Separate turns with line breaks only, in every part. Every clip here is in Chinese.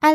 艾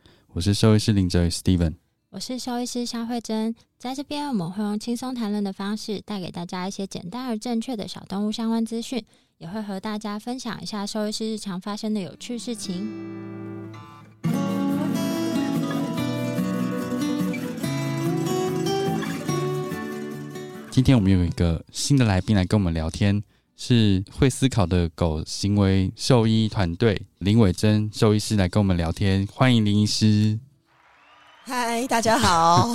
我是兽医师林哲宇 Steven。
我是兽医师肖慧珍，在这边我们会用轻松谈论的方式，带给大家一些简单而正确的小动物相关资讯，也会和大家分享一下兽医师日常发生的有趣事情。
今天我们有一个新的来宾来跟我们聊天，是会思考的狗行为兽医团队林伟珍兽医师来跟我们聊天，欢迎林医师。
嗨，大家好。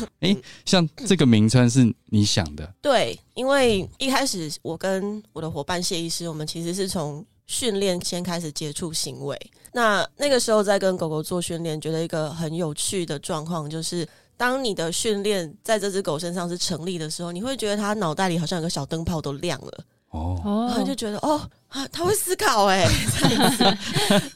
像这个名称是你想的，
对，因为一开始我跟我的伙伴谢医师，我们其实是从训练先开始接触行为。那那个时候在跟狗狗做训练，觉得一个很有趣的状况就是。当你的训练在这只狗身上是成立的时候，你会觉得它脑袋里好像有个小灯泡都亮了，
哦
然后就
哦，
觉得哦啊，它会思考哎、 这样子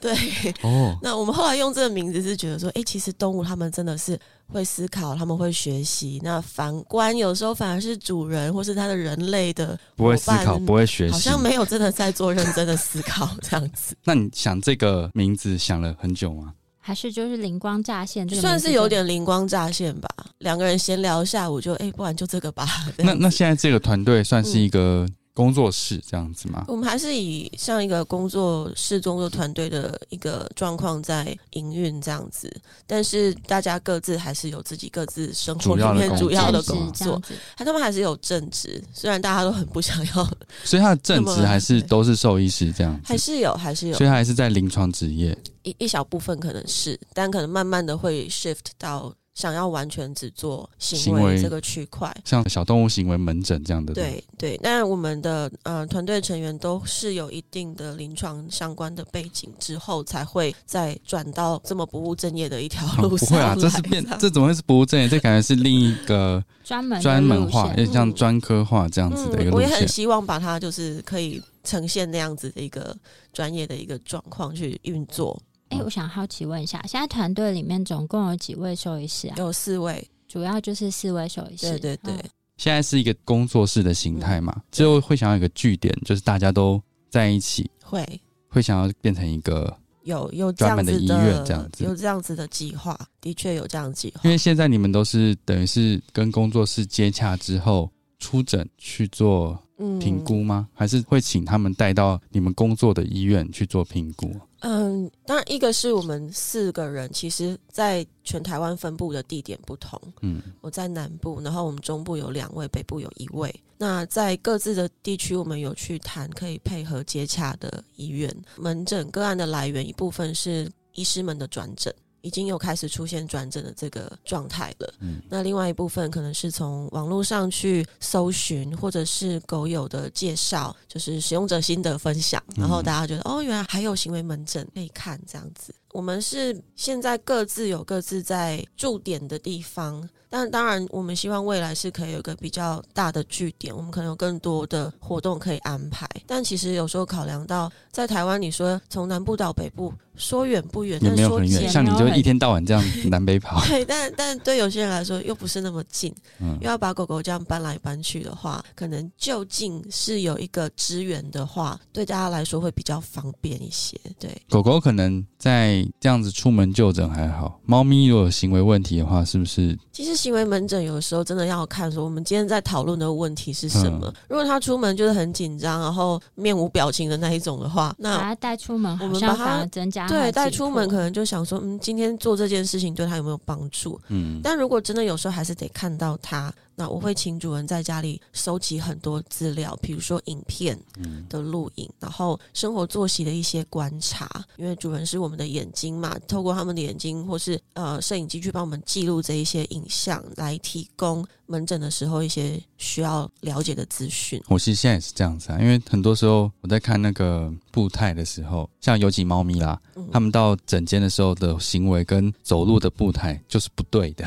对，
哦，
那我们后来用这个名字是觉得说，诶，其实动物它们真的是会思考，它们会学习。那反观有时候反而是主人或是它的人类的，
不会思
伙
考，
伴嗯
不会学
好
习。
像没有真的在做认真的思考这样 子，
那你想这个名字想了很久吗？
还是就是灵光乍现，这个
算
名字
是有点灵光乍现吧。两个人闲聊一下，我就诶，不然就这个吧。这
那
样
那现在这个团队算是一个工作室这样子吗？
我们还是以像一个工作室、工作团队的一个状况在营运这样子，但是大家各自还是有自己各自生活
主要
里
的
面
工
主要的
作
工
正职这
作
样，子
他他们还是有正职，虽然大家都很不想要，
所以他的正职还是
那么
都是兽医师这样子
还，是有，还是有
所以他还是在临床职业。
一一小部分可能是，但可能慢慢的会 shift 到想要完全只做行
行为
为这个区块。
像小动物行为门诊这样的，
对对，那我们的呃团队成员都是有一定的临床相关的背景之后，才会再转到这么不务正业的一条
啊
路
不
上
会
来、
啊，这是变
样
这怎么会是不务正业？这感觉是另一个
专门的
专门化，
路
有
线
点像专科化这样子的一
嗯，
个路
我也很
线。
希望把它就是可以呈现那样子的一个专业的一个状况去运作。
哎、我想好奇问一下，现在团队里面总共有几位兽医师啊？
有四位，
主要就是四位兽医师。
对对对，
嗯
现在是一个工作室的形态嘛，之后会想要有一个据点，就是大家都在一起，
会
会想要变成一个。
有有这
专
样
门
子
的医院这样子
有这样子的计划，的确有这样的计划
因。为现在你们都是等于是跟工作室接洽之后出诊去做
嗯
评估吗？还是会请他们带到你们工作的医院去做评估？
嗯，当然一个是我们四个人，其实在全台湾分布的地点不同。
嗯，
我在南部，然后我们中部有两位，北部有一位。那在各自的地区，我们有去谈可以配合接洽的医院门诊个案的来源，一部分是医师们的转诊，已经有开始出现转诊的这个状态了。
嗯
那另外一部分可能是从网络上去搜寻，或者是狗友的介绍，就是使用者心得分享，
嗯
然后大家觉得、哦，原来还有行为门诊可以看这样子。我们是现在各自有各自在驻点的地方，但当然我们希望未来是可以有一个比较大的据点，我们可能有更多的活动可以安排。但其实有时候考量到在台湾，你说从南部到北部说远不远，
也
但
没有
说
很
近
远，像你就一天到晚这样南北跑，
对，但但对有些人来说又不是那么近，
嗯
又，要把狗狗这样搬来搬去的话，可能就近是有一个支援的话，对大家来说会比较方便一些。对，
狗狗可能在这样子出门就诊还好，猫咪如果有行为问题的话，是不是
其实行为门诊有的时候真的要看说我们今天在讨论的问题是什么。如果他出门就是很紧张，然后面无表情的那一种的话，
把
那
它带出门，好
我们
像
把它
反而增加它
对
的
带
啊紧
出门
迫
可能就想说，嗯，今天做这件事情对他有没有帮助？
嗯
但如果真的有时候还是得看到他，那我会请主人在家里收集很多资料，比如说影片
嗯
的录影，然后生活作息的一些观察，因为主人是我们的眼睛嘛，透过他们的眼睛或是呃摄影机去帮我们记录这一些影像，来提供门诊的时候一些需要了解的资讯。
我其实现在也是这样子啊，因为很多时候我在看那个步态的时候，像尤其猫咪啦，
嗯
它们到诊间的时候的行为跟走路的步态就是不对 的，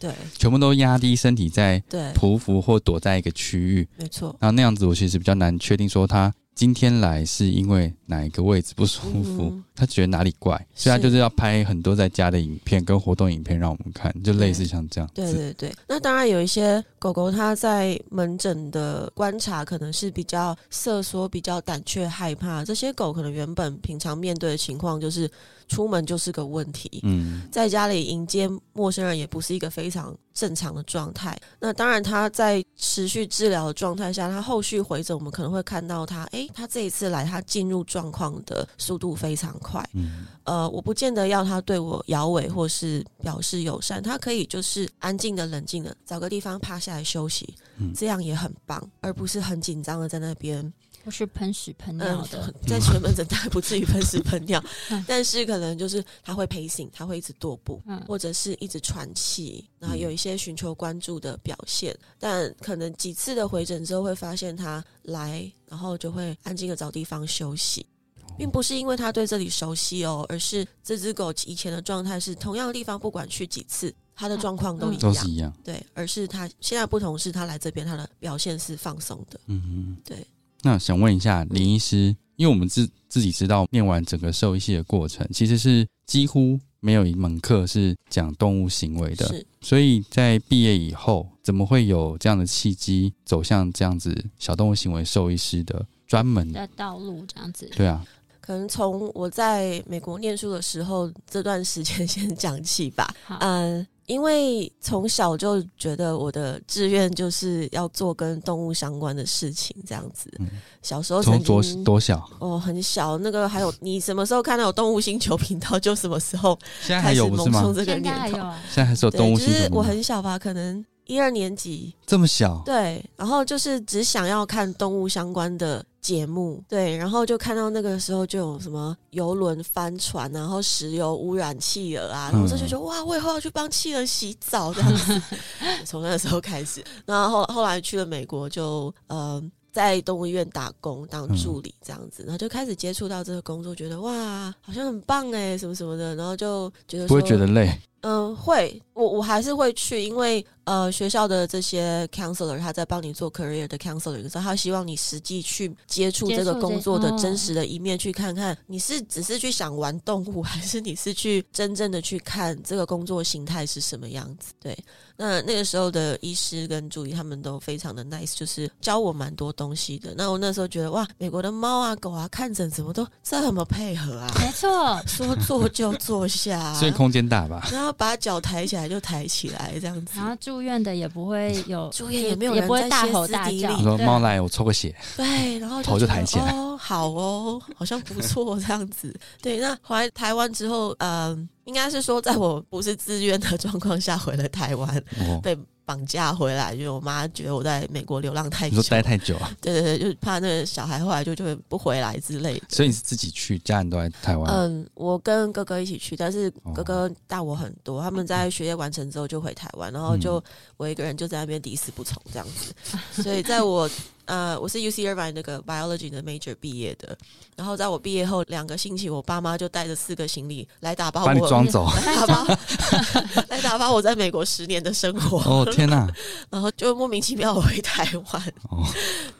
对
全部都压低身体在
对，
匍匐或躲在一个区域，
没错。
然后那样子我其实比较难确定说它今天来是因为哪一个位置不舒服
嗯，
它、觉得哪里怪，所以它
是
就是要拍很多在家的影片跟活动影片让我们看，就类似像这样子。
对对对，那当然有一些狗狗，它在门诊的观察可能是比较瑟缩、比较胆怯、害怕。这些狗可能原本平常面对的情况就是出门就是个问题，
嗯
在家里迎接陌生人也不是一个非常正常的状态。那当然，它在持续治疗的状态下，它后续回诊，我们可能会看到它，诶，它这一次来，它进入状况的速度非常快。
嗯
呃，我不见得要他对我摇尾或是表示友善，他可以就是安静的、冷静的找个地方趴下来休息，
嗯
这样也很棒，而不是很紧张的在那边。
或是喷屎喷尿
嗯
的，，
在全门诊当然不至于喷屎喷尿
嗯，
但是可能就是他会陪醒，他会一直踱步，
嗯，
或者是一直喘气，然后有一些寻求关注的表现。但可能几次的回诊之后，会发现他来，然后就会安静的找地方休息，
哦
并不是因为他对这里熟悉哦，而是这只狗以前的状态是同样的地方，不管去几次，它
嗯
的状况都一
都
样。
是一样。
对，而是它现在不同是它来这边，它的表现是放松的。
嗯，
对。
那想问一下林医师，因为我们自自己知道念完整个兽医系的过程，其实是几乎没有一门课是讲动物行为的，
是，
所以在毕业以后，怎么会有这样的契机走向这样子小动物行为兽医师的专门？
的道路这样子，
对啊，
可能从我在美国念书的时候这段时间先讲起吧。
好，
嗯，因为从小就觉得我的志愿就是要做跟动物相关的事情，这样子。
嗯
小时候曾
从
经
多多小，
哦很小，那个还有你什么时候看到有动物星球频道，就什么时候
现在还
开始
有不是
萌
吗
生？这个
现在还
念
有
头。
啊，
现在还是有
对
动物
就
性
是
的
我
吗？
很小吧，可能一二年级，
这么小，
对，然后就是只想要看动物相关的节目，对，然后就看到那个时候就有什么游轮、帆船，啊然后石油污染企鹅
嗯
啊，然后我就觉得、哇，我以后要去帮企鹅洗澡这样子。 从那个时候开始，然后后来去了美国就，呃在动物医院打工当助理这样
嗯
子，然后就开始接触到这个工作，觉得哇，好像很棒哎，什么什么的，然后就觉得
不会
说
觉得累？
嗯，会，我我还是会去，因为呃，学校的这些 counselor 他在帮你做 career 的 counselor 的时候，他希望你实际去接触
接
这个
触
工
这
作的
哦
真实的一面，去看看你是只是去想玩动物， 还是你是去真正的去看这个工作形态是什么样子。对，那那个时候的医师跟助理他们都非常的 nice，就是教我蛮多东西的。那我那时候觉得哇，美国的猫啊、狗啊看诊怎么都这么配合啊，
没错，
说坐就坐下、啊，
所以空间大吧？
然后把脚抬起来就抬起来，这样子
然。后住院的也不会有，
住院也没有
也
人
不会
在
大
歇
吼
斯
大
底
叫
我
里
说
对啊
猫来，我抽个血。
对，然后
头就
觉得
抬起来
哦，好哦，好像不错这样子。对，那回来台湾之后，嗯、应该是说在我不是自愿的状况下回了台湾，
哦，
被绑架回来，因为我妈觉得我在美国流浪太
你
久
说，待太久啊？
对对对，就是怕那个小孩后来就就会不回来之类的。
所以你是自己去，家人都在台湾。
嗯，我跟哥哥一起去，但是
哦
哥哥大我很多，他们在学业完成之后就回台湾，然后就、
嗯
我一个人就在那边抵死不从这样子。 所以在我呃，我是 U C Irvine 那个 biology 的 major 毕业的，然后在我毕业后两个星期，我爸妈就带着四个行李来打包
把你
我，
装走。
来打包来打包我在美国十年的生活。
哦天哪、
然后就莫名其妙回台湾。
哦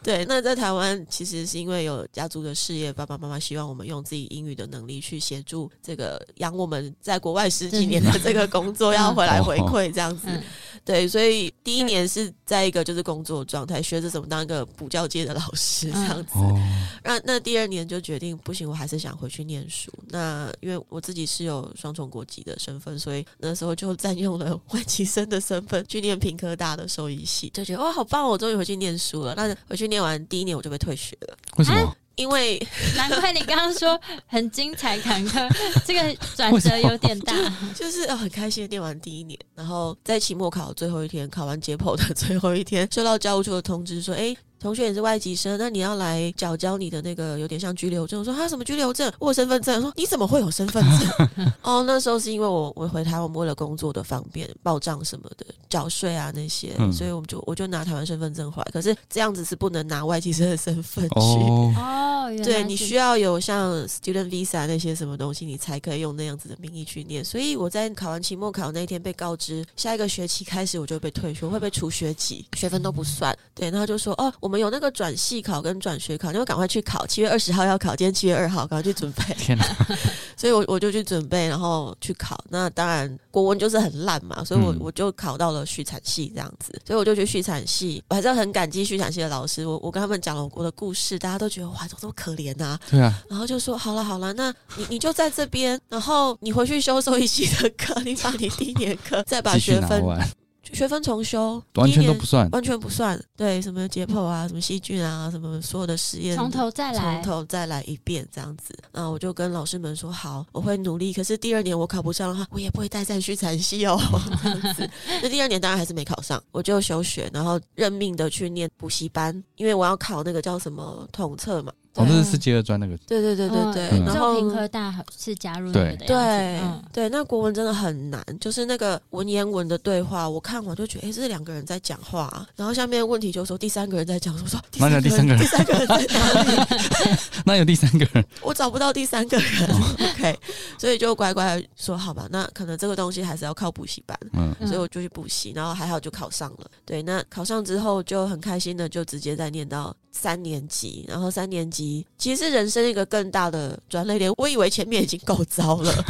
对，那在台湾其实是因为有家族的事业，爸爸妈妈希望我们用自己英语的能力去协助这个养我们在国外十几年的这个工作，要回来回馈这样子。
嗯，
对，所以第一年是在一个就是工作状态，学着怎么当一个补教界的老师这样子。
哦，
那那第二年就决定不行，我还是想回去念书。那因为我自己是有双重国籍的身份，所以那时候就占用了 外籍生的身份去念平科大的兽医系，就觉得哇、好棒！我终于回去念书了。那回去念完第一年我就被退学了，
为什么
啊？
因为
难怪你刚刚说很精彩坎坷，这个转折有点 大。
就是、哦、很开心地念完第一年，然后在期末考最后一天，考完解剖的 最后一天，收到教务处的通知说，哎。同学，你是外籍生，那你要来缴交你的那个有点像居留证。我说他什么居留证？我有身份证。我说你怎么会有身份证？ 哦，那时候是因为我我回台湾，为了工作的方便，报账什么的，缴税啊那些，
嗯
所以我们就我就拿台湾身份证回来。可是这样子是不能拿外籍生的身份去
哦，
哦，原来
对你需
要
要有像 student visa 那些什么东西，你才可以用那样子的名义去念。所以我在考完期末考那一天被告知，下一个学期开始我就被退学，会被除学籍，学分都不算。对，然后就说哦，我们有那个转系考跟转学考，你要赶快去考，七月二十号要考，今天七月二号，赶快去准备。
天哪，
所以我我就去准备，然后去考。那当然国文就是很烂嘛，所以我、
嗯
我就考到了畜产系这样子。所以我就去畜产系，我还是很感激畜产系的老师。我我跟他们讲了我的故事，大家都觉得哇，怎么这么可怜呐、
对啊，
然后就说好了好了，那你你就在这边，然后你回去修兽医系的课，你把你第一年课再把
继续
学
拿
分
完，
学分重修，
完
第一
全都
年
不算，
完全不算，对什么解剖啊，什么细菌啊，什么所有的实验
从头再来
从。头再来一遍这样子。那我就跟老师们说，好，我会努力。可是第二年我考不上的话，我也不会待在畜产 系哦。这样子那第二年当然还是没考上，我就休学，然后认命的去念补习班，因为我要考那个叫什么统测嘛。
哦，
对
这是世界二专那个，
对对对对对，
嗯
就
然后
平科大是加入那个
对
的样子
对、
嗯
对，那国文真的很难，就是那个文言文的对话，我看完就觉得，哎、这是两个人在讲话啊、然后下面问题就说第三个人在讲，我说第
哪里有
三个人，第三个人在哪里？
那有第三个人，
我找不到第三个人、o k 所以就乖乖地说好吧，那可能这个东西还是要靠补习班。
嗯，
嗯
所以我就去补习，然后还好就考上了。对，那考上之后就很开心的，就直接再念到三年级，然后三年级其实是人生一个更大的转捩点。我以为前面已经够糟了，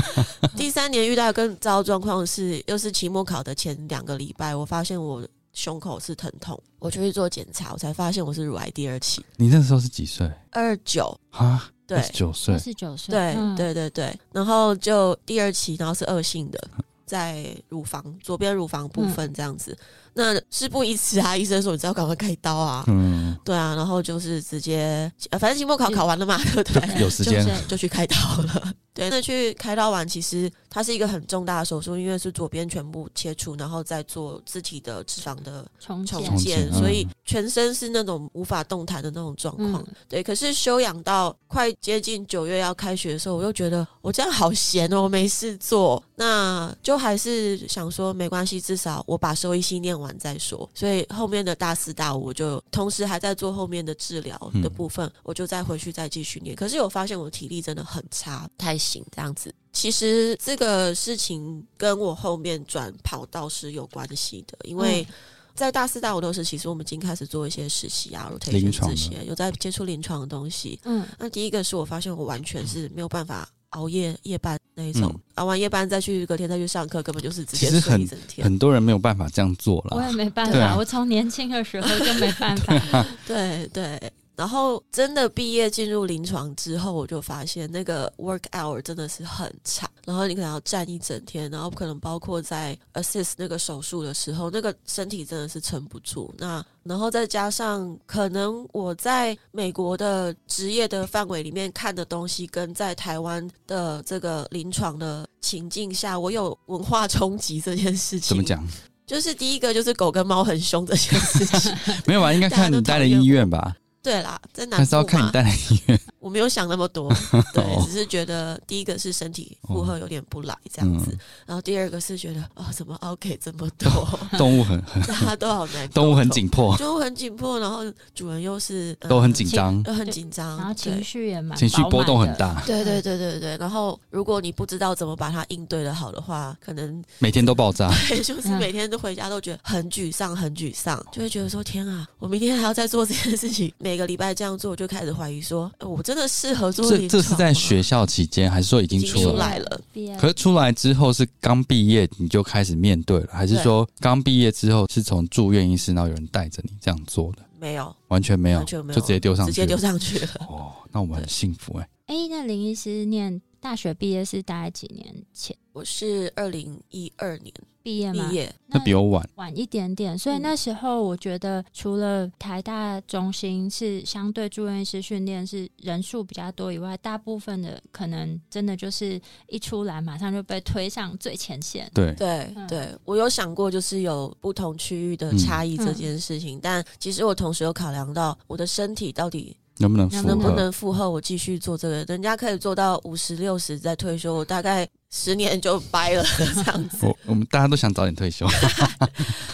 第三年遇到更糟的状况是，又是期末考的前两个礼拜，我发现我。胸口是疼痛，我就去做检查，我才发现我是乳癌第二期，
你那时候是几岁
二九，
啊？
对，
九岁
二，十九岁，
对、
嗯，
对对对，然后就第二期，然后是恶性的，在乳房左边乳房部
嗯
分这样子。那事不宜迟啊，医生说你只要赶快开刀啊。
嗯，
对啊，然后就是直接，呃反正期末考考完了嘛，
嗯
对不对？
有时间
就是
就去开刀了。 对，那去开刀完，其实它是一个很重大的手术，因为是左边全部切除，然后再做肢体的脂肪的
重建，
重
重建
建，
嗯
所以全身是那种无法动弹的那种状况。
嗯，
对，可是休养到快接近九月要开学的时候，我又觉得我这样好闲哦，我没事做，那就还是想说没关系，至少我把收医系念完再说。所以后面的大四大五，我就同时还在做后面的治疗的部分，我就再回去再继续念。可是我发现我体力真的很差，不太行这样子。其实这个事情跟我后面转跑道是有关系的，因为、在大四、大五都是，其实我们已经开始做一些实习啊、
临
rotation
床的
这些，有在接触临床的东西。
嗯，
那第一个是我发现我完全是没有办法熬夜夜班那一种，
嗯
熬完夜班再去隔天再去上课，根本就是直接
其实
睡
很
一整天。
很多人没有办法这样做
我
了
也，没办
对
法，
啊
我从年轻的时候就没办法，
对对。然后真的毕业进入临床之后，我就发现那个 work hour 真的是很长，然后你可能要站一整天，然后可能包括在 assist 那个手术的时候，那个身体真的是撑不住。那然后再加上可能我在美国的职业的范围里面看的东西，跟在台湾的这个临床的情境下，我有文化冲击这件事情。
怎么？讲？
就是第一个就是狗跟猫很凶这件事 情。
没有吧？应该看你待的医院吧，
对啦，在南
但是要
部
看
嘛
你，待的医院。
我没有想那么多，
哦
对，只是觉得第一个是身体负荷有点不来这样子，
嗯
然后第二个是觉得哦，怎么 OK 这么多，
动物很很
大家都好难，
动物很，紧迫，
动物很紧迫，然后主人又是、呃
都很紧，张，
都很紧张，
然后情
对
绪也蛮
情绪
饱
波
满
动很
的，
大，
对对对对对，然后如果你不知道怎么把它应对的好的话，可 能
每天都爆炸。
就是每天都回家都觉得很沮丧，很沮丧，就会觉得说天啊，我明天还要再做这件事情，每个礼拜这样做，我就开始怀疑说，呃我这真的适合做
这
临
这是
床
在
吗
学校期间，还是说已经
已经
出
出
来？
来了，
毕业
可是出来之后是刚毕业你就开始面对了，还是说刚毕业之后是从住院医师，然后有人带着你这样做的？
没有，
完全没有，
完全没有
就直接丢上去，
直接丢上去了。
哦，那我们很幸福哎、
哎、那林医师念大学毕业是大概几年前
我是二零一二年
毕业吗？
毕业，
那比我晚，
晚一点点，所以
嗯
那时候我觉得，除了台大中心是相对住院医师训练是人数比较多以外，大部分的可能真的就是一出来马上就被推上最前线。
对，
对
嗯
对，我有想过，就是有不同区域的
嗯
差异这件事情，但其实我同时有考量到我的身体到底
能不能符合？
能不能负荷我继续做这个，人家可以做到五十六十再退休，我大概十年就掰 了这样子。
我我们大家都想早点退休，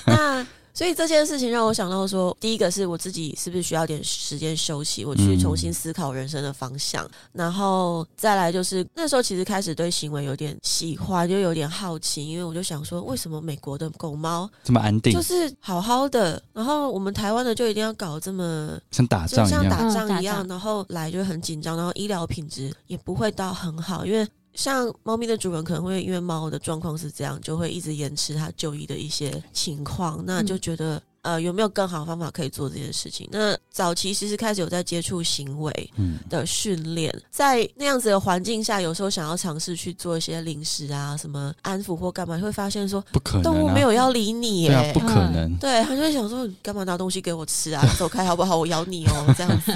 那所以这件事情让我想到说，第一个是我自己是不是需要点时间休息，我去
嗯
重新思考人生的方向。然后再来就是那时候其实开始对行为有点喜欢，就有点好奇，因为我就想说，为什么美国的狗猫
这么安定，
就是好好的，然后我们台湾的就一定要搞这么
像打
就
仗一
像
样，
打
嗯
仗
打
一样，
仗
然后来就很紧张，然后医疗品质也不会到很好，因为像猫咪的主人可能会因为猫的状况是这样，就会一直延迟它就医的一些情况，那
嗯
就觉得。呃，有没有更好的方法可以做这件事情？那早期其实开始有在接触行为
嗯，
的训练，在那样子的环境下，有时候想要尝试去做一些零食啊、什么安抚或干嘛，会发现说
不可
动
能、
物
啊，
没有要理你耶、
对啊，不可能，
对，他就会想说，你干嘛拿东西给我吃啊？你走开好不好？我咬你哦，这样子。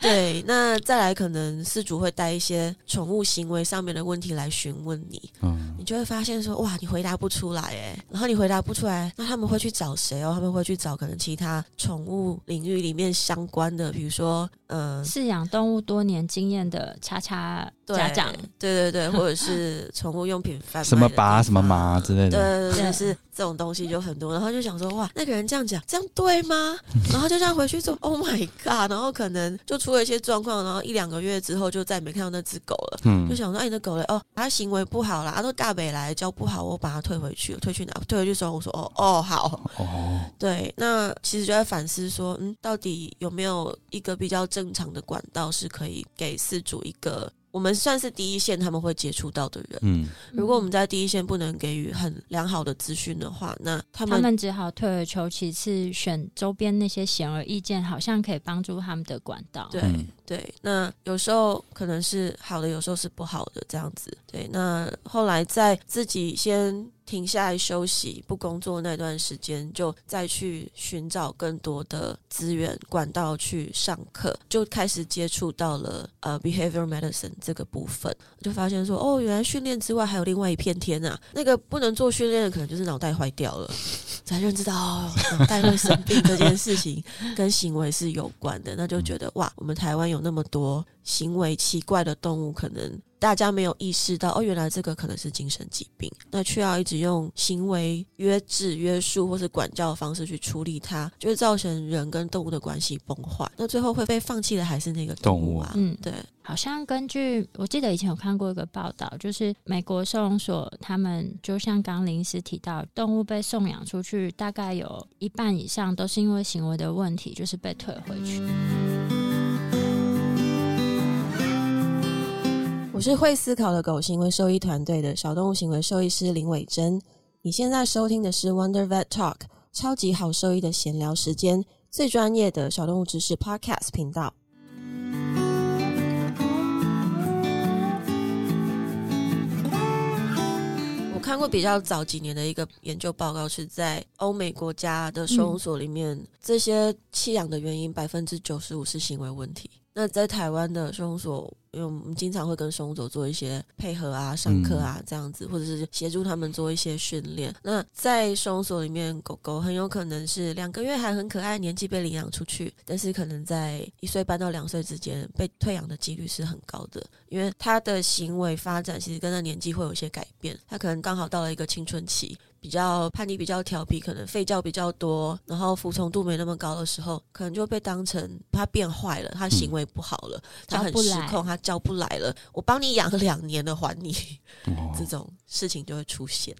对，那再来可能饲主会带一些宠物行为上面的问题来询问你，
嗯，
你就会发现说，哇，你回答不出来哎，然后你回答不出来，那他们会去找谁哦？他们会去找可能其他宠物领域里面相关的，比如说，嗯、
饲养动物多年经验的叉叉
对
家长，
对对对，或者是宠物用品贩卖
什么
的
拔
地
什么
方
麻之类的，
对，
对
就是这种东西就很多，然后就想说哇，那个人这样讲，这样对吗？然后就这样回去做，Oh my god！然后可能就出了一些状况，然后一两个月之后就再也没看到那只狗了。
嗯
就，想说，哎，你的狗嘞？哦，它行为不好啦，啊它都大北来教不好，我把它退回去了。退去哪？退回去收。我说，哦哦，好，
哦，
对。那其实就在反思说，嗯，到底有没有一个比较正常的管道是可以给饲主一个我们算是第一线他们会接触到的人，
嗯，
如果我们在第一线不能给予很良好的资讯的话，那他
他
们
们只好退而求其次，选周边那些显而易见，好像可以帮助他们的管道。
对、
嗯
对，那有时候可能是好的，有时候是不好的这样子。对，那后来在自己先停下来休息、不工作那段时间，就再去寻找更多的资源管道去上课，就开始接触到了呃 behavior medicine 这个部分，就发现说哦，原来训练之外还有另外一片天啊！那个不能做训练的，可能就是脑袋坏掉了。才认知到哦脑袋会生病这件事情跟行为是有关的，那就觉得哇，我们台湾有那么多行为奇怪的动物，可能大家没有意识到哦，原来这个可能是精神疾病，那却要一直用行为约制、约束或是管教的方式去处理它，就会造成人跟动物的关系崩坏，那最后会被放弃的还是那个动物啊，
动物嗯
对，
好像根据我记得以前有看过一个报道，就是美国收容所他们就像刚临时提到，动物被送养出去，大概有一半以上都是因为行为的问题，就是被退回去。
嗯我是会思考的狗行为兽医团队的小动物行为兽医师林伟珍。你现在收听的是 Wonder Vet Talk 超级好兽医的闲聊时间，最专业的小动物知识 Podcast 频道。我看过比较早几年的一个研究报告，是在欧美国家的收容所里面，这些弃养的原因百分之九十五是行为问题。那在台湾的收容所，因为我们经常会跟收容所做一些配合啊、上课啊这样子，或者是协助他们做一些训练。那在收容所里面，狗狗很有可能是两个月还很可爱，年纪被领养出去，但是可能在一岁半到两岁之间被退养的几率是很高的。因为他的行为发展其实跟他年纪会有一些改变，他可能刚好到了一个青春期，比较叛逆、比较调皮，可能吠叫比较多，然后服从度没那么高的时候，可能就被当成他变坏了，他行为不好了，他很
叫不
失
来
控，他叫不来了，我帮你养两年的还你，
哦
这种事情就会出现。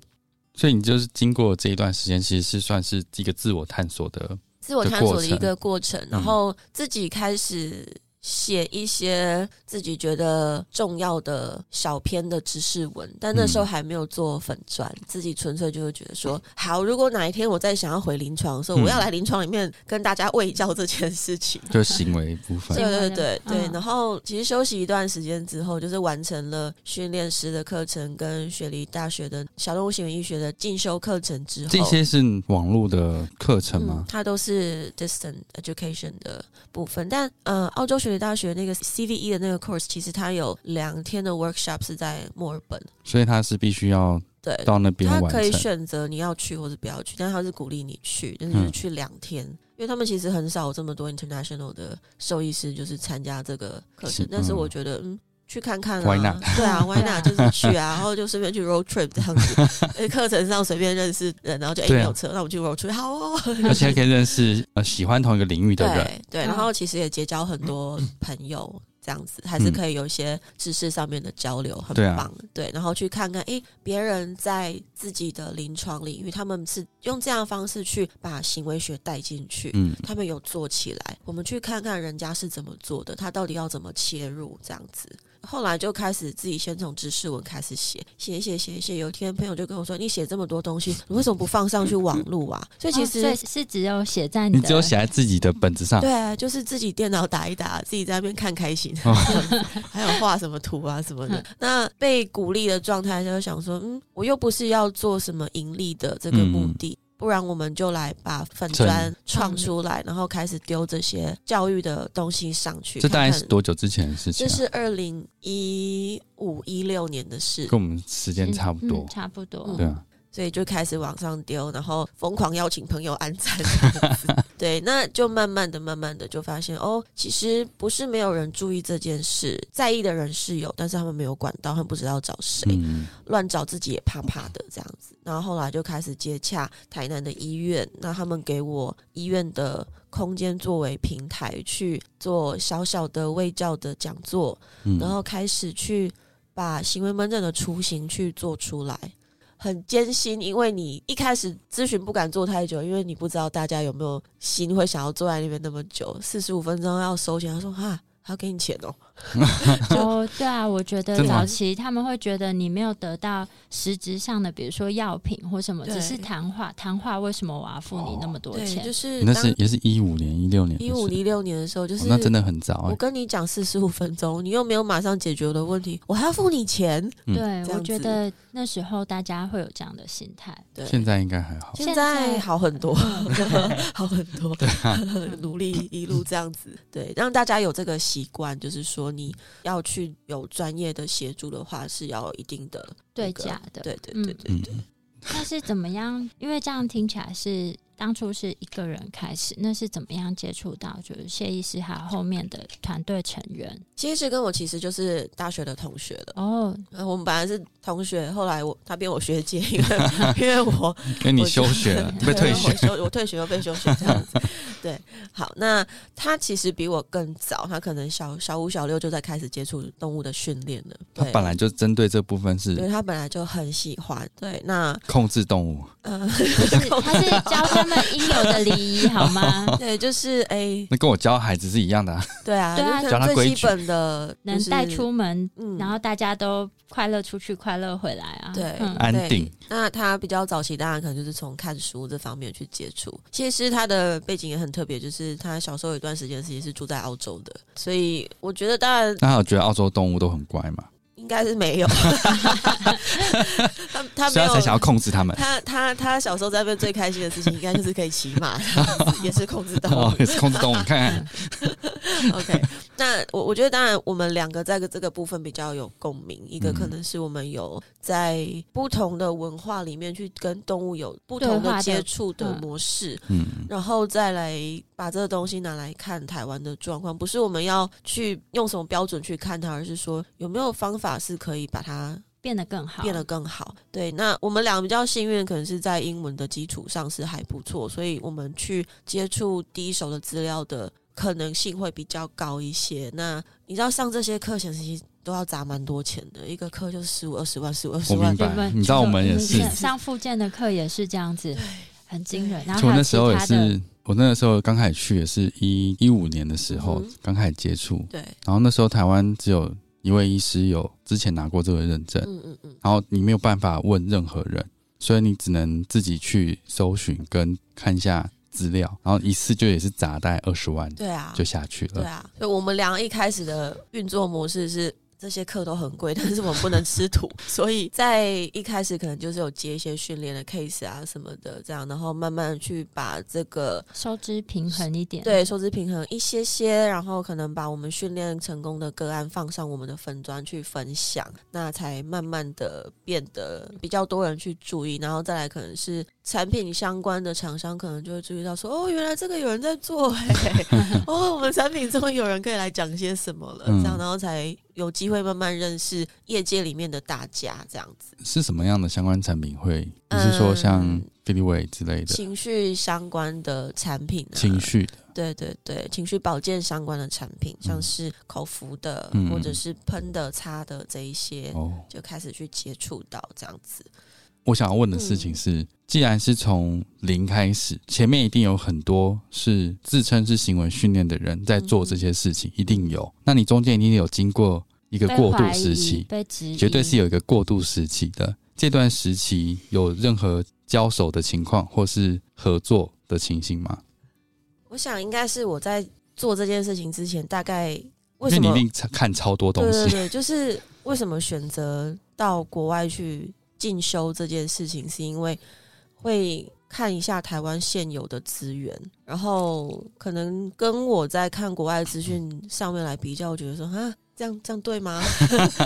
所以你就是经过这一段时间，其实是算是一个自我探索的，嗯
自我探索的一个过程，然后自己开始写一些自己觉得重要的小篇的知识文，但那
嗯
时候还没有做粉砖，自己纯粹就会觉得说，好，如果哪一天我再想要回临床的时候，
嗯
我要来临床里面跟大家卫教这件事情。
就行为部分
这。
对对
样
对
嗯
对，然后其实休息一段时间之后，就是完成了训练师的课程跟雪梨大学的小动物行为医学的进修课程之后，
这些是网络的课程吗
嗯？？它都是 distant education 的部分，但呃，澳洲学理大学那个 CVE 的那个 course，其实它有两天的 workshop 是在墨尔本，
所以他是必须要
对，
到那边
它
完
可以
成。
选择你要去或者不要去，但它是鼓励你去，但是就是
嗯
去两天。因为他们其实很少有这么多 international 的兽医师，就是参加这个课
是
程。但是
嗯
我觉得，嗯，去看看啊
Why not？
对啊
对
，Why
啊
not？就是去啊，然后就顺便去 road trip 这样子。 呃课程上随便认识人，然后就哎、
对啊
没有车，那我们去 road trip 好哦。
而且还可以认识呃喜欢同一个领域的人，
对嗯对，然后其实也结交很多朋友，这样子还是可以有一些知识上面的交流，很
对啊
棒。嗯对，然后去看看，诶，别人在自己的临床领域，他们是用这样的方式去把行为学带进去。
嗯，
他们有做起来，我们去看看人家是怎么做的，他到底要怎么切入这样子。后来就开始自己先从知识文开始写，写一写写一写。有一天朋友就跟我说：“你写这么多东西，你为什么不放上去网络啊？”所以其
哦
实、
所以是只有写在
你
的，
只有写在自己的本子上，
对，啊就是自己电脑打一打，自己在那边看开心，
哦
还有画什么图啊什么的。那被鼓励的状态，就想说，嗯，我又不是要做什么盈利的这个目
嗯
的。不然我们就来把粉砖创出来，然后开始丢这些教育的东西上去。
这大概
看看
是多久之前的事情、
这
啊？
是二零一五一六年的事
跟，我们时间差不多
嗯，差不多。
嗯
对啊，
所以就开始往上丢，然后疯狂邀请朋友按赞这样子。对，那就慢慢的、慢慢的就发现，哦，其实不是没有人注意这件事，在意的人是有，但是他们没有管到，他们不知道找谁，
嗯，
乱找自己也怕怕的这样子。然后后来就开始接洽台南的医院，那他们给我医院的空间作为平台去做小小的卫教的讲座，
嗯
然后开始去把行为门诊的雏形去做出来，很艰辛，因为你一开始咨询不敢做太久，因为你不知道大家有没有心会想要坐在那边那么久，四十五分钟要收钱，他说哈。还要给你钱哦，
哦，对啊，我觉得
真的吗
早期他们会觉得你没有得到实质上的，比如说药品或什么，
对
只是谈话，谈话为什么我要付你那么多钱？
就是
你那
当
是也是一五年、一六年的事，
一五一六年的时候，就
哦
是
那真的很早
我
哎、
跟你讲四十五分钟，你又没有马上解决我的问题，我还要付你钱。
嗯
对，我
这样
觉
子
得那时候大家会有这样的心态。
对，
现在应该还好。
现在好很多， 好很多，
啊
努力一路这样子，对，让大家有这个习惯，就是说你要去有专业的协助的话，是要有一定的
对
那个
价的
对对
嗯
对对
嗯，
对，
那是怎么样？因为这样听起来是当初是一个人开始，那是怎么样接触到就是谢医师还有后面的团队成员？
其实跟我其实就是大学的同学了，
哦，
呃我们本来是同学，后来我他变我学姐，因为因为我
因为你休学了，你被退学
我，休，我退学又被休学这样子。 对，好，那他其实比我更早，他可能小小五、小六就在开始接触动物的训练了。
他
对，
本来就针对这部分
因为
是
他本来就很喜欢。对，那
控制动物，
呃，
是他是教他们应有的礼仪好吗？
对，就是哎、
那跟我教孩子是一样的、啊。
对啊，
对啊
就是
教他规
最
矩
基本的就
能
是
带出门，
嗯
然后大家都快乐出去，快乐回来啊。
对
嗯
安
对
定。
那他比较早期，当然可能就是从看书这方面去接触。其实他的背景也很特别，就是他小时候有一段时间其实是住在澳洲的，所以我觉得当然
那他有觉得澳洲动物都很乖嘛，
应该是没有， 他他
所
没
以他才
有。
想要控制他们。
他他他小时候在那边最开心的事情，应该就是可以骑马， 这样子也是控制 动
哦
物，。
也是控制动物，你看 看
OK，那 我我觉得当然我们两个在这个部分比较有共鸣，一个
嗯
可能是我们有在不同的文化里面去跟动物有不同
对话
的
的
接触的
嗯
模式，
嗯，
然后再来把这个东西拿来看台湾的状况，不是我们要去用什么标准去看它，而是说有没有方法是可以把它
变得更好，
变得更好。对，那我们俩比较幸运，可能是在英文的基础上是还不错，所以我们去接触第一手的资料的可能性会比较高一些。那你知道上这些课前其实都要砸蛮多钱的，一个课就十五二十万，十五二十
我
万
明。
原
白。
本
你知道我们也是
上，上附件的课也是这样子，很惊人。然后
就我
还
那
有
时
其
候也
他的
是我那个时候刚开始去也是一一五年的时候
嗯哼
刚开始接触，
对，
然后那时候台湾只有一位医师有之前拿过这个认证，
嗯嗯嗯，
然后你没有办法问任何人，所以你只能自己去搜寻跟看一下资料，然后一次就也是砸大概二十万
对啊，
就下去
对
了。
啊，所以我们俩一开始的运作模式是。这些课都很贵， 但是我们不能吃土，所以在一开始可能就是有接一些训练的 case 啊什么的，这样，然后慢慢去把这个
收支平衡一点。，
对收支平衡一些些，然后可能把我们训练成功的个案放上我们的粉砖去分享，那才慢慢的变得比较多人去注意，然后再来可能是产品相关的厂商可能就会注意到说，哦，原来这个有人在做、欸， 哦，我们产品终于有人可以来讲些什么了，
嗯
这样，然后才有机会慢慢认识业界里面的大家这样子。
是什么样的相关产品会？你是说像
嗯
f i l i w a y 之类的
情绪相关的产品、啊，
情绪的？
对对对，情绪保健相关的产品，像是口服的、
嗯
或者是喷的、擦的这一些，
哦，
就开始去接触到这样子。
我想要问的事情
嗯
是，既然是从零开始，前面一定有很多是自称是行为训练的人在做这些事情，
嗯
一定有。那你中间一定有经过一个
被
过渡
怀
时
疑
期，
嗯
被质疑，
绝对是有一个过渡时期的。这段时期有任何交手的情况或是合作的情形吗？
我想应该是我在做这件事情之前，大概为
因为
什
你
么
一定查看超多东
对对
西，
对，就是为什么选择到国外去进修这件事情，是因为会看一下台湾现有的资源，然后可能跟我在看国外的资讯上面来比较，我觉得说啊，这样这样对吗？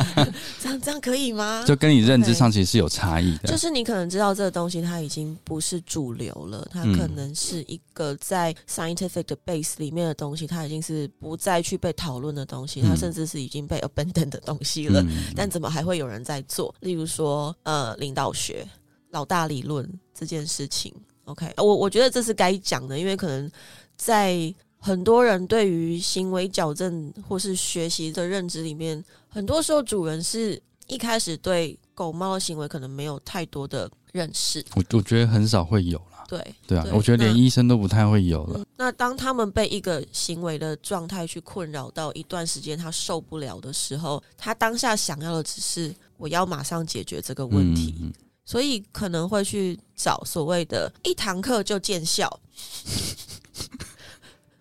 这样这样可以吗？
就跟你认知
OK
上其实是有差异的。
就是你可能知道这个东西它已经不是主流了，它
嗯
可能是一个在 scientific 的 base 里面的东西，它已经是不再去被讨论的东西，它
嗯
甚至是已经被 abandon 的东西了。
嗯，
但怎么还会有人在做？例如说，呃，领导学、老大理论这件事情。OK，呃我我觉得这是该讲的，因为可能在很多人对于行为矫正或是学习的认知里面，很多时候主人是一开始对狗猫的行为可能没有太多的认识。
我我觉得很少会有啦，
对，
对啊，
对
我觉得连
那
医生都不太会有了。
嗯那当他们被一个行为的状态去困扰到一段时间，他受不了的时候，他当下想要的只是我要马上解决这个问题，
嗯嗯
所以可能会去找所谓的一堂课就见效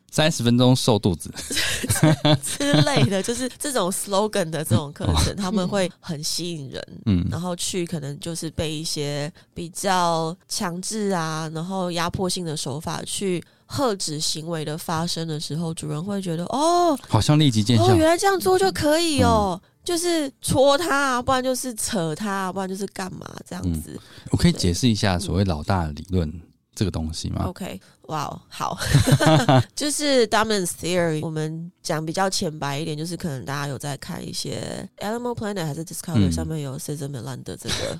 三十分钟瘦肚子，
之类的，就是 这种 slogan 的这种课程，他们会很吸引人。
嗯，
然后去可能就是被一些比较强制啊，然后压迫性的手法去喝止行为的发生的时候，主人会觉得哦，
好像立即见效
哦，。原来这样做就可以哦，就是戳他、啊，不然就是扯他、啊，不然就是干嘛这样子。
我可以解释一下所谓老大理论这个东西吗？
OK，哇、哦， 好， 就是 Dominance Theory，我们讲比较浅白一点，就是可能大家有在看一些 Animal Planet 还是 Discovery、
嗯
上面有 Cesar Milan 的这个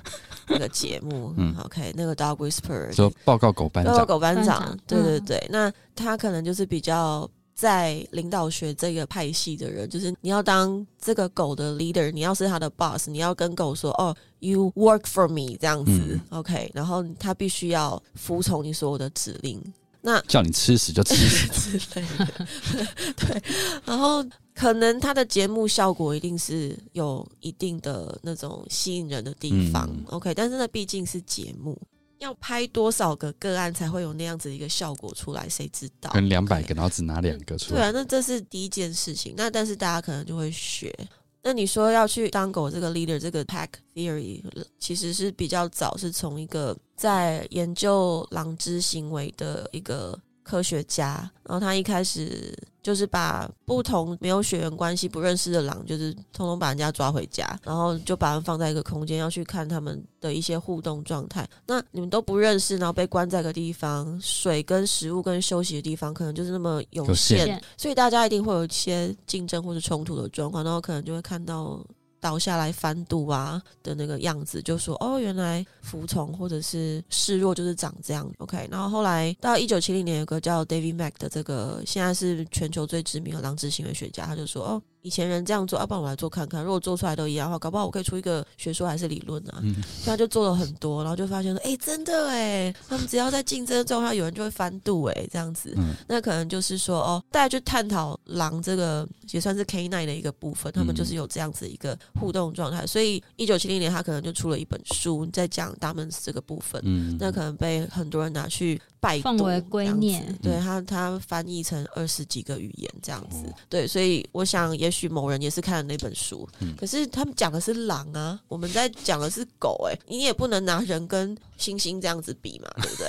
那个节目、
嗯
o k 那个 Dog Whisperer
说报告狗班
对，
长，
狗班
班
长
长，
对对
嗯
对，那他可能就是比较在领导学这个派系的人，就是你要当这个狗的 leader，你要是他的 boss，你要跟狗说哦，you work for me 这样子、
嗯
o k 然后他必须要服从你所有的指令，那
叫你吃屎就吃 屎。
之类的，对，然后可能他的节目效果一定是有一定的那种吸引人的地方、
嗯
o k 但是那毕竟是节目，要拍多少个个案才会有那样子一个效果出来，谁知道？
可能两百个，然后只拿两个出
对
来。
啊，那这是第一件事情。那但是大家可能就会学。那你说要去当狗这个 leader 这个 pack theory，其实是比较早，是从一个在研究狼只行为的一个科学家，然后他一开始就是把不同没有血缘关系、不认识的狼，就是通通把人家抓回家，然后就把他们放在一个空间，要去看他们的一些互动状态。那你们都不认识，然后被关在一个地方，水跟食物跟休息的地方，可能就是那么有
有限
限，所以大家一定会有一些竞争或者冲突的状况，然后可能就会看到倒下来翻肚啊的那个样子，就说哦，原来服从或者是示弱就是长这样。OK，然后后来到一九七零年，有个叫 David Mack 的这个现在是全球最知名的狼子行为学家，他就说哦，以以前人这样做，要、不然我来做看看。如果做出来都一样的话，搞不好我可以出一个学说还是理论啊。
嗯，
所以他就做了很多，然后就发现说，哎、真的哎，他们只要在竞争的状态，有人就会翻肚哎，这样子。
嗯
那可能就是说，哦，大家去探讨狼这个也算是 K nine 的一个部分，他们就是有这样子一个互动状态。所以一九七零年，他可能就出了一本书，在讲达门斯这个部分。
嗯，
那可能被很多人拿去拜
奉
读
为
这
圭
样子
臬
嗯
对他，他翻译成二十几个语言这样
哦
子。对，所以我想，也许某人也是看了那本书，
嗯
可是他们讲的是狼啊，我们在讲的是狗、哎，你也不能拿人跟猩猩这样子比嘛，对不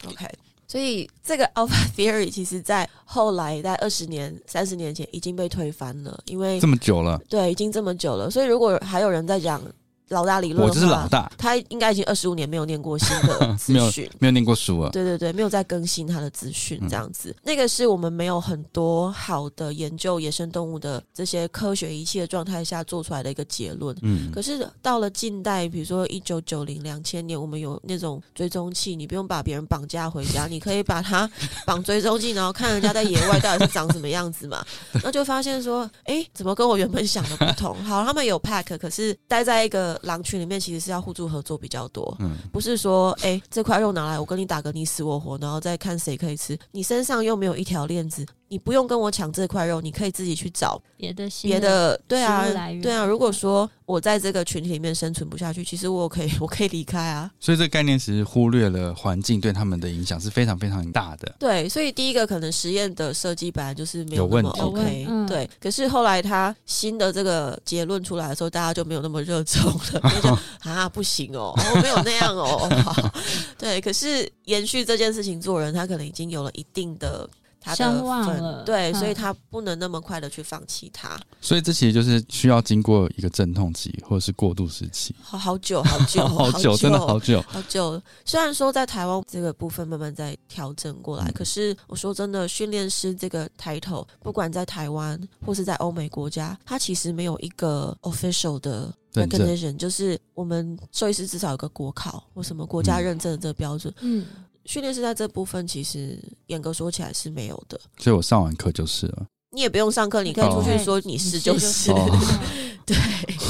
对？OK。所以这个 Alpha Theory 其实在后来在二十年、三十年前已经被推翻了，因为
这么久了，
对已经这么久了，所以如果还有人在讲老大理论，
我就是老，大，
他应该已经二十五年没有念过新的资
没有
讯，
没有念过书啊了。
对对对，没有在更新它的资讯
嗯
这样子。那个是我们没有很多好的研究野生动物的这些科学仪器的状态下做出来的一个结论。
嗯，
可是到了近代，比如说一九九零、两千年，我们有那种追踪器，你不用把别人绑架回家，你可以把它绑追踪器，然后看人家在野外到底是长什么样子嘛。那就发现说，哎，怎么跟我原本想的不同？好，他们有 pack，可是待在一个狼群里面，其实是要互助合作比较多。
嗯，
不是说，哎、这块肉拿来，我跟你打个你死我活，然后再看谁可以吃。你身上又没有一条链子，你不用跟我抢这块肉，你可以自己去找
别的新
别的。对啊
食物来源，
对啊。如果说我在这个群体里面生存不下去，其实我可以，我 可以离开啊。
所以这个概念其实忽略了环境对他们的影响是非常非常大的。
对，所以第一个可能实验的设计本来就是没
有
那
问
么
题
OK，
有问嗯
对。可是后来他新的这个结论出来的时候，大家就没有那么热衷了，就觉得 啊不行哦，我、没有那样哦。好 对，可是延续这件事情做人，他可能已经有了一定的他的
声望了
分，对，
嗯
所以他不能那么快的去放弃他。
所以这其实就是需要经过一个阵痛期或者是过渡时期，
好好久，好 久，哦
好久，真的好久。
好久了。虽然说在台湾这个部分慢慢在调整过来，
嗯
可是我说真的，训练师这个抬头，不管在台湾或是在欧美国家，它其实没有一个 official 的
认证
recognition，就是我们兽医师至少有个国考或什么国家
嗯
认证的这个标准。
嗯，
训练师在这部分其实严格说起来是没有的。
所以我上完课就是了。
你也不用上课，你可以出去说你是就
你
是。
哦
对，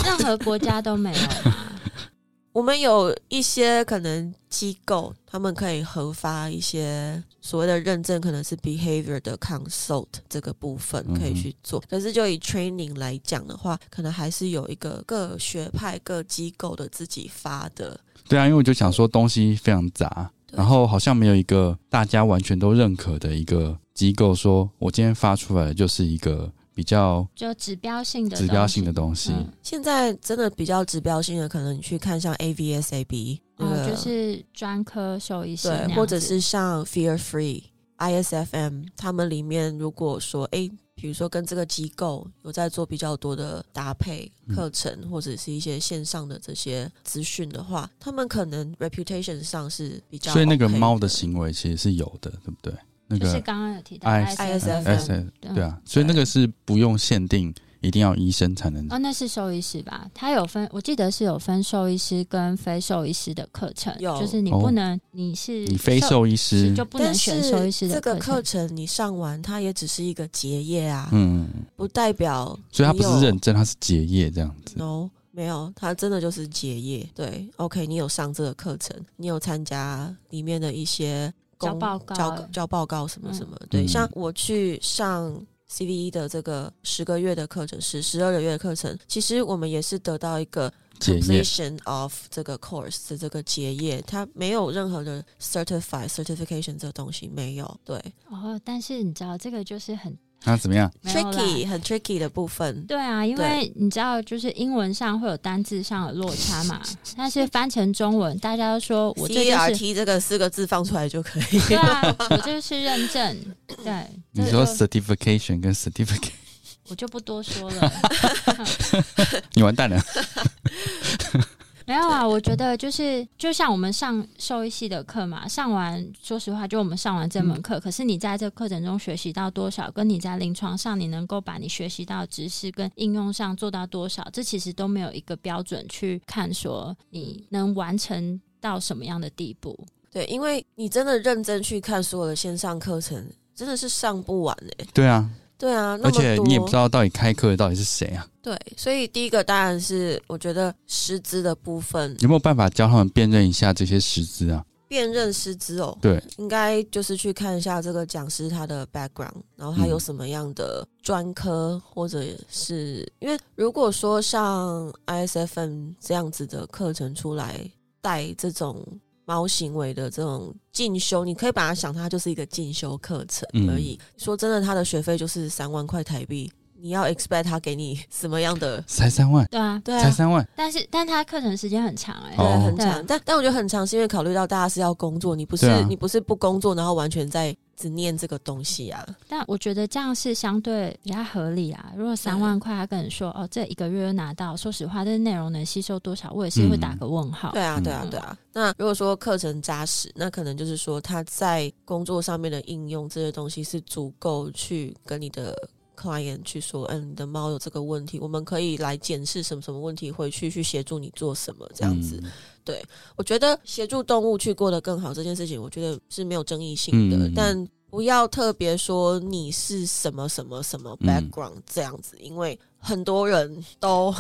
任何国家都没有嘛。
我们有一些可能机构，他们可以核发一些所谓的认证，可能是 behavior 的 consult 这个部分
嗯哼
可以去做。可是就以 training 来讲的话，可能还是有一个各学派、各机构的自己发的。
对啊，因为我就想说东西非常杂，
对
然后好像没有一个大家完全都认可的一个机构说我今天发出来的就是一个比较
就指标性的
指标性的东西。
嗯
现在真的比较指标性的，可能你去看像 AVSAB，、那
哦，
个
就是专科兽医师那样
啊对，
子，
或者是像 Fear Free、ISFM，他们里面如果说，诶，比如说跟这个机构有在做比较多的搭配
嗯
课程，或者是一些线上的这些资讯的话，他们可能 reputation 上是比较 OK
所
的、
以那个猫的行为其实是有的，对不对？那
就是
个
刚刚有提到
I-
ISFM
S
ISFM
对啊，所以那个是不用限定，一定要医生才能。
哦，那是兽医师吧？他有分，我记得是有分兽医师跟非兽医师的课程，
有
就是你
哦
不能，你是
你非兽医师
是就，不能
但
选
是
兽医师的
这个课
课程。
程你上完，它也只是一个结业啊，
嗯，
不代表
所以他
你
不是
有
认证，他是结业这样子。
no，没有，他真的就是结业。对，OK，你有上这个课程，你有参加里面的一些
交
公
报告
交交报告什么什么。
嗯
对，像我去上 CVE 的这个十个月的课程，十十二个月的课程，其实我们也是得到一个
结业
completion of 这个 course 的这个结业，它没有任何的 certify certification 这个东西没有。对
哦，但是你知道这个就是很
他怎么样？
没有啦
，tricky 很 tricky 的部分。
对啊，因为你知道，就是英文上会有单字上的落差嘛，但是翻成中文，大家都说我这
C E
就
R
E 是
T 这个四个字放出来就可以。
对啊，我这就是认证，对，
你
这
说
就
certification 跟 certificate，
我就不多说了。
你完蛋了。
没有啊，我觉得就是就像我们上兽医系的课嘛，上完说实话，就我们上完这
嗯
门课，可是你在这课程中学习到多少，跟你在临床上你能够把你学习到的知识跟应用上做到多少，这其实都没有一个标准去看说你能完成到什么样的地步。
对，因为你真的认真去看所有的线上课程，真的是上不完哎、
对啊，
对啊，那
而
么
且你也不
多
知道到底开课的到底是谁啊，
对，所以第一个当然是我觉得师资的部分，
有没有办法教他们辨认一下这些师资啊？
辨认师资哦，
对，
应该就是去看一下这个讲师他的 background，然后他有
嗯
什么样的专科，或者是因为如果说像 ISFM 这样子的课程出来带这种猫行为的这种进修，你可以把它想它就是一个进修课程
嗯
而已。说真的，它的学费就是三万块台币，你要 expect 他给你 什么样的？
才三万，
对啊，
对
才
啊，
三万，
但是但他课程时间很长哎、
对，
哦
很
对
长，但但我觉得很长是因为考虑到大家是要工作，你不是、
对啊
你不是不工作，然后完全在只念这个东西啊。
但我觉得这样是相对比较合理啊。如果三万块，他跟你说哦，这一个月就拿到，说实话，这内容能吸收多少，我也是会打个问号。
对啊，
嗯
对啊，对啊。那如果说课程扎实，那可能就是说他在工作上面的应用这些东西是足够去跟你的 client 去说，嗯，你的猫有这个问题，我们可以来检视什么什么问题，回去去协助你做什么这样子。
嗯
我觉得协助动物去过得更好这件事情，我觉得是没有争议性的，
嗯嗯嗯
但不要特别说你是什么什么什么
嗯
background 这样子，因为很多人都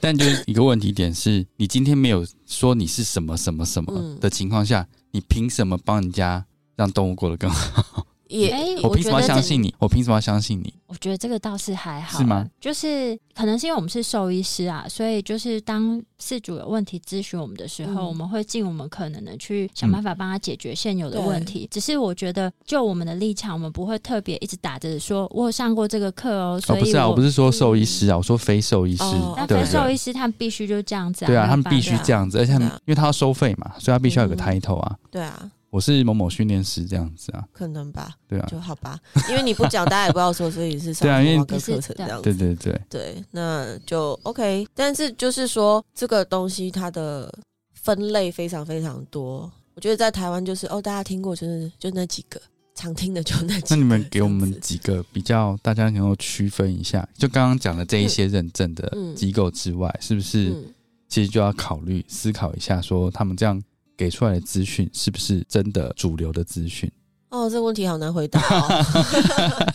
但就是一个问题点是，你今天没有说你是什么什么什么
嗯
的情况下，你凭什么帮人家让动物过得更好？
也、
哎
我
我
凭什
觉
么
得
要相
这
信你？我凭什么要相信你？
我觉得这个倒是还
啊
好，
是吗？
就是可能是因为我们是兽医师啊，所以就是当事主有问题咨询我们的时候，
嗯
我们会尽我们可能的去想办法帮他解决现有的
对
问题。只是我觉得，就我们的立场，我们不会特别一直打着说我有上过这个课哦，
哦，
所
不
以
是啊，我不
是。
是说兽医师啊，我说非兽医师
嗯哦，
但
对
非
不
兽
对？
医师他们必须就这样子、啊，
对啊，他
没有
们
办法
必须这样子，而且他们
对啊
因为他要收费嘛，所以他必须要有个
嗯
title 啊。
对啊，
我是某某训练师这样子啊，
可能吧，
对啊，
就好吧，因为你不讲，大家也不知道说，所以是上
对啊因为
某个课程这样
对
子。
对对，
对，那就 OK。但是就是说，这个东西它的分类非常非常多。我觉得在台湾就是哦，大家听过就是就那几个常听的就那几个。
那你们给我
这样
们
子
几个比较大家能够区分一下，就刚刚讲的这一些认证的
嗯嗯
机构之外，是不是
嗯
其实就要考虑思考一下，说他们这样给出来的资讯是不是真的主流的资讯？
哦，这个问题好难回答哦。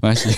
没关系，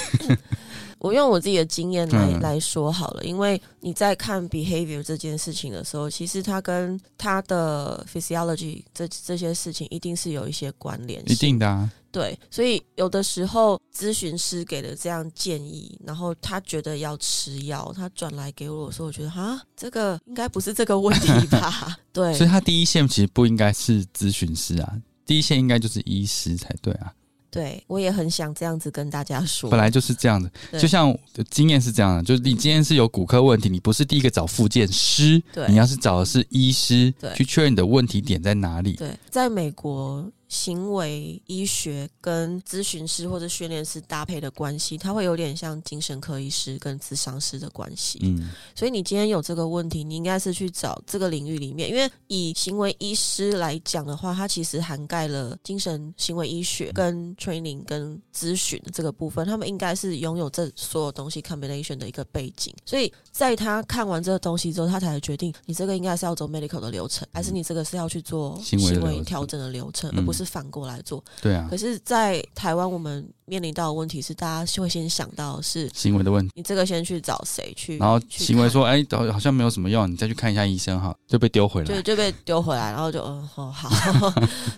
我用我自己的经验来、
嗯
来说好了，因为你在看 behavior 这件事情的时候，其实它跟它的 physiology 这这些事情一定是有一些关联性，
一定的啊，
对，所以有的时候咨询师给的这样建议，然后他觉得要吃药，他转来给我的时候，我觉得啊，这个应该不是这个问题 吧？对，
所以他第一线其实不应该是咨询师啊，第一线应该就是医师才对啊，
对我也很想这样子跟大家说，
本来就是这样的。
对
就像经验是这样的，就是你今天是有骨科问题，你不是第一个找复健师，
对
你要是找的是医师
对
去确认你的问题点在哪里。
对，在美国，行为医学跟咨询师或者训练师搭配的关系，它会有点像精神科医师跟咨商师的关系。
嗯，
所以你今天有这个问题，你应该是去找这个领域里面，因为以行为医师来讲的话，它其实涵盖了精神行为医学、跟 training、跟咨询这个部分，他们应该是拥有这所有东西 combination 的一个背景。所以在他看完这个东西之后，他才决定你这个应该是要走 medical 的流程，还是你这个是要去做
嗯行为的流程
调整的流程，
嗯
而不是反过来做。
对啊
可，是，在台湾我们面临到的问题是，大家会先想到的是。
行为的问题，
你这个先去找谁去？
然后
去
行为
看
说，哎、好好像没有什么用，你再去看一下医生哈，就被丢回
对，
来，
就被丢回来，然后就嗯，哦，好，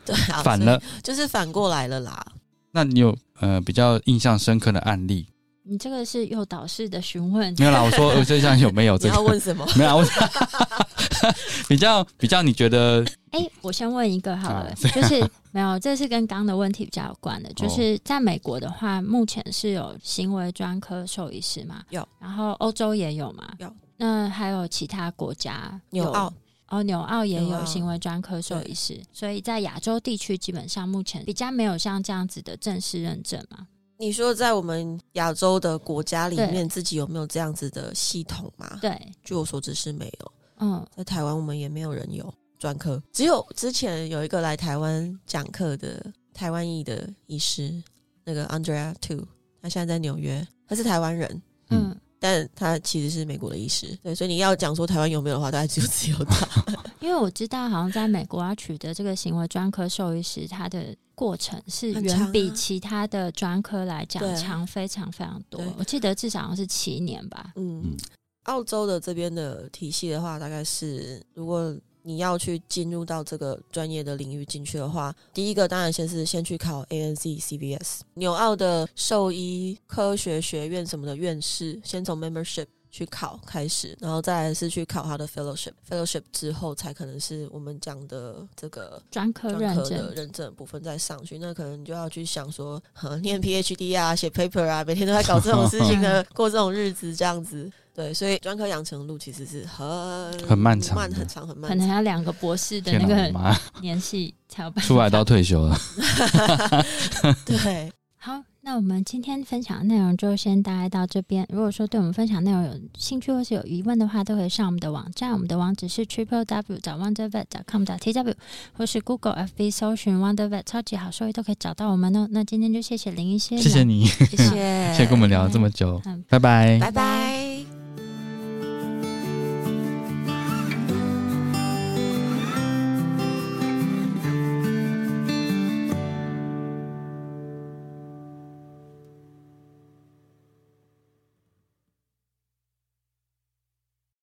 对 啊，
反了。
所以就是反过来了啦。
那你有呃比较印象深刻的案例
你这个是诱导式的询问，
没有啦？我说我就像有没有
你
这
要
个？
问什么？
没有啊，我比较比较，你觉得
哎、我先问一个好了，
啊哦
就是没有，这是跟刚的问题比较有关的，就是在美国的话，目前是有行为专科兽医师嘛，
有，
然后欧洲也有嘛，
有，
那还有其他国家有
纽澳，
哦，纽澳也
纽
有
澳
行为专科兽医师，所以在亚洲地区基本上目前比较没有像这样子的正式认证嘛，
你说在我们亚洲的国家里面，自己有没有这样子的系统吗？
对，
据我所知是没有，
嗯，
在台湾我们也没有人有专科，只有之前有一个来台湾讲课的台湾裔的医师，那个 Andrea Two，他现在在纽约，他是台湾人，
嗯，
但他其实是美国的医师，对，所以你要讲说台湾有没有的话，大概只有只有他。
因为我知道，好像在美国要取得这个行为专科兽医师，它的过程是
很长啊
远比其他的专科来讲
对
长非常非常多
对。
我记得至少好像是七年吧。
嗯
嗯，
澳洲的这边的体系的话，大概是如果你要去进入到这个专业的领域进去的话，第一个当然先是先去考 ANZ CBS，纽澳的兽医科学学院什么的院士，先从 membership。去考开始，然后再来是去考他的 fellowship，fellowship 之后才可能是我们讲的这个
专科
专
认
科的
证，
呃认证的部分再上去，那可能就要去想说，呵念 PhD 啊，写 paper 啊，每天都在搞这种事情 的，过这种日子这样子。对，所以专科养成路其实是很
很漫长的
很长、很
可
漫
能
长。
要两个博士的
天
那
哪，我
个
妈
年纪才有办法。
出来都要退休了。
对，
好，那我们今天分享的内容就先大概到这边。如果说对我们分享内容有兴趣或是有疑问的话，都可以上我们的网站，我们的网址是 triple w 找 wondervet com t w，或是 Google FB 搜寻 wondervet 超级好兽医都可以找 到我们哦。那今天就谢谢林医师，
谢谢，你，
谢
谢谢，
谢谢跟我们聊了这么久，
嗯
拜拜。
拜拜。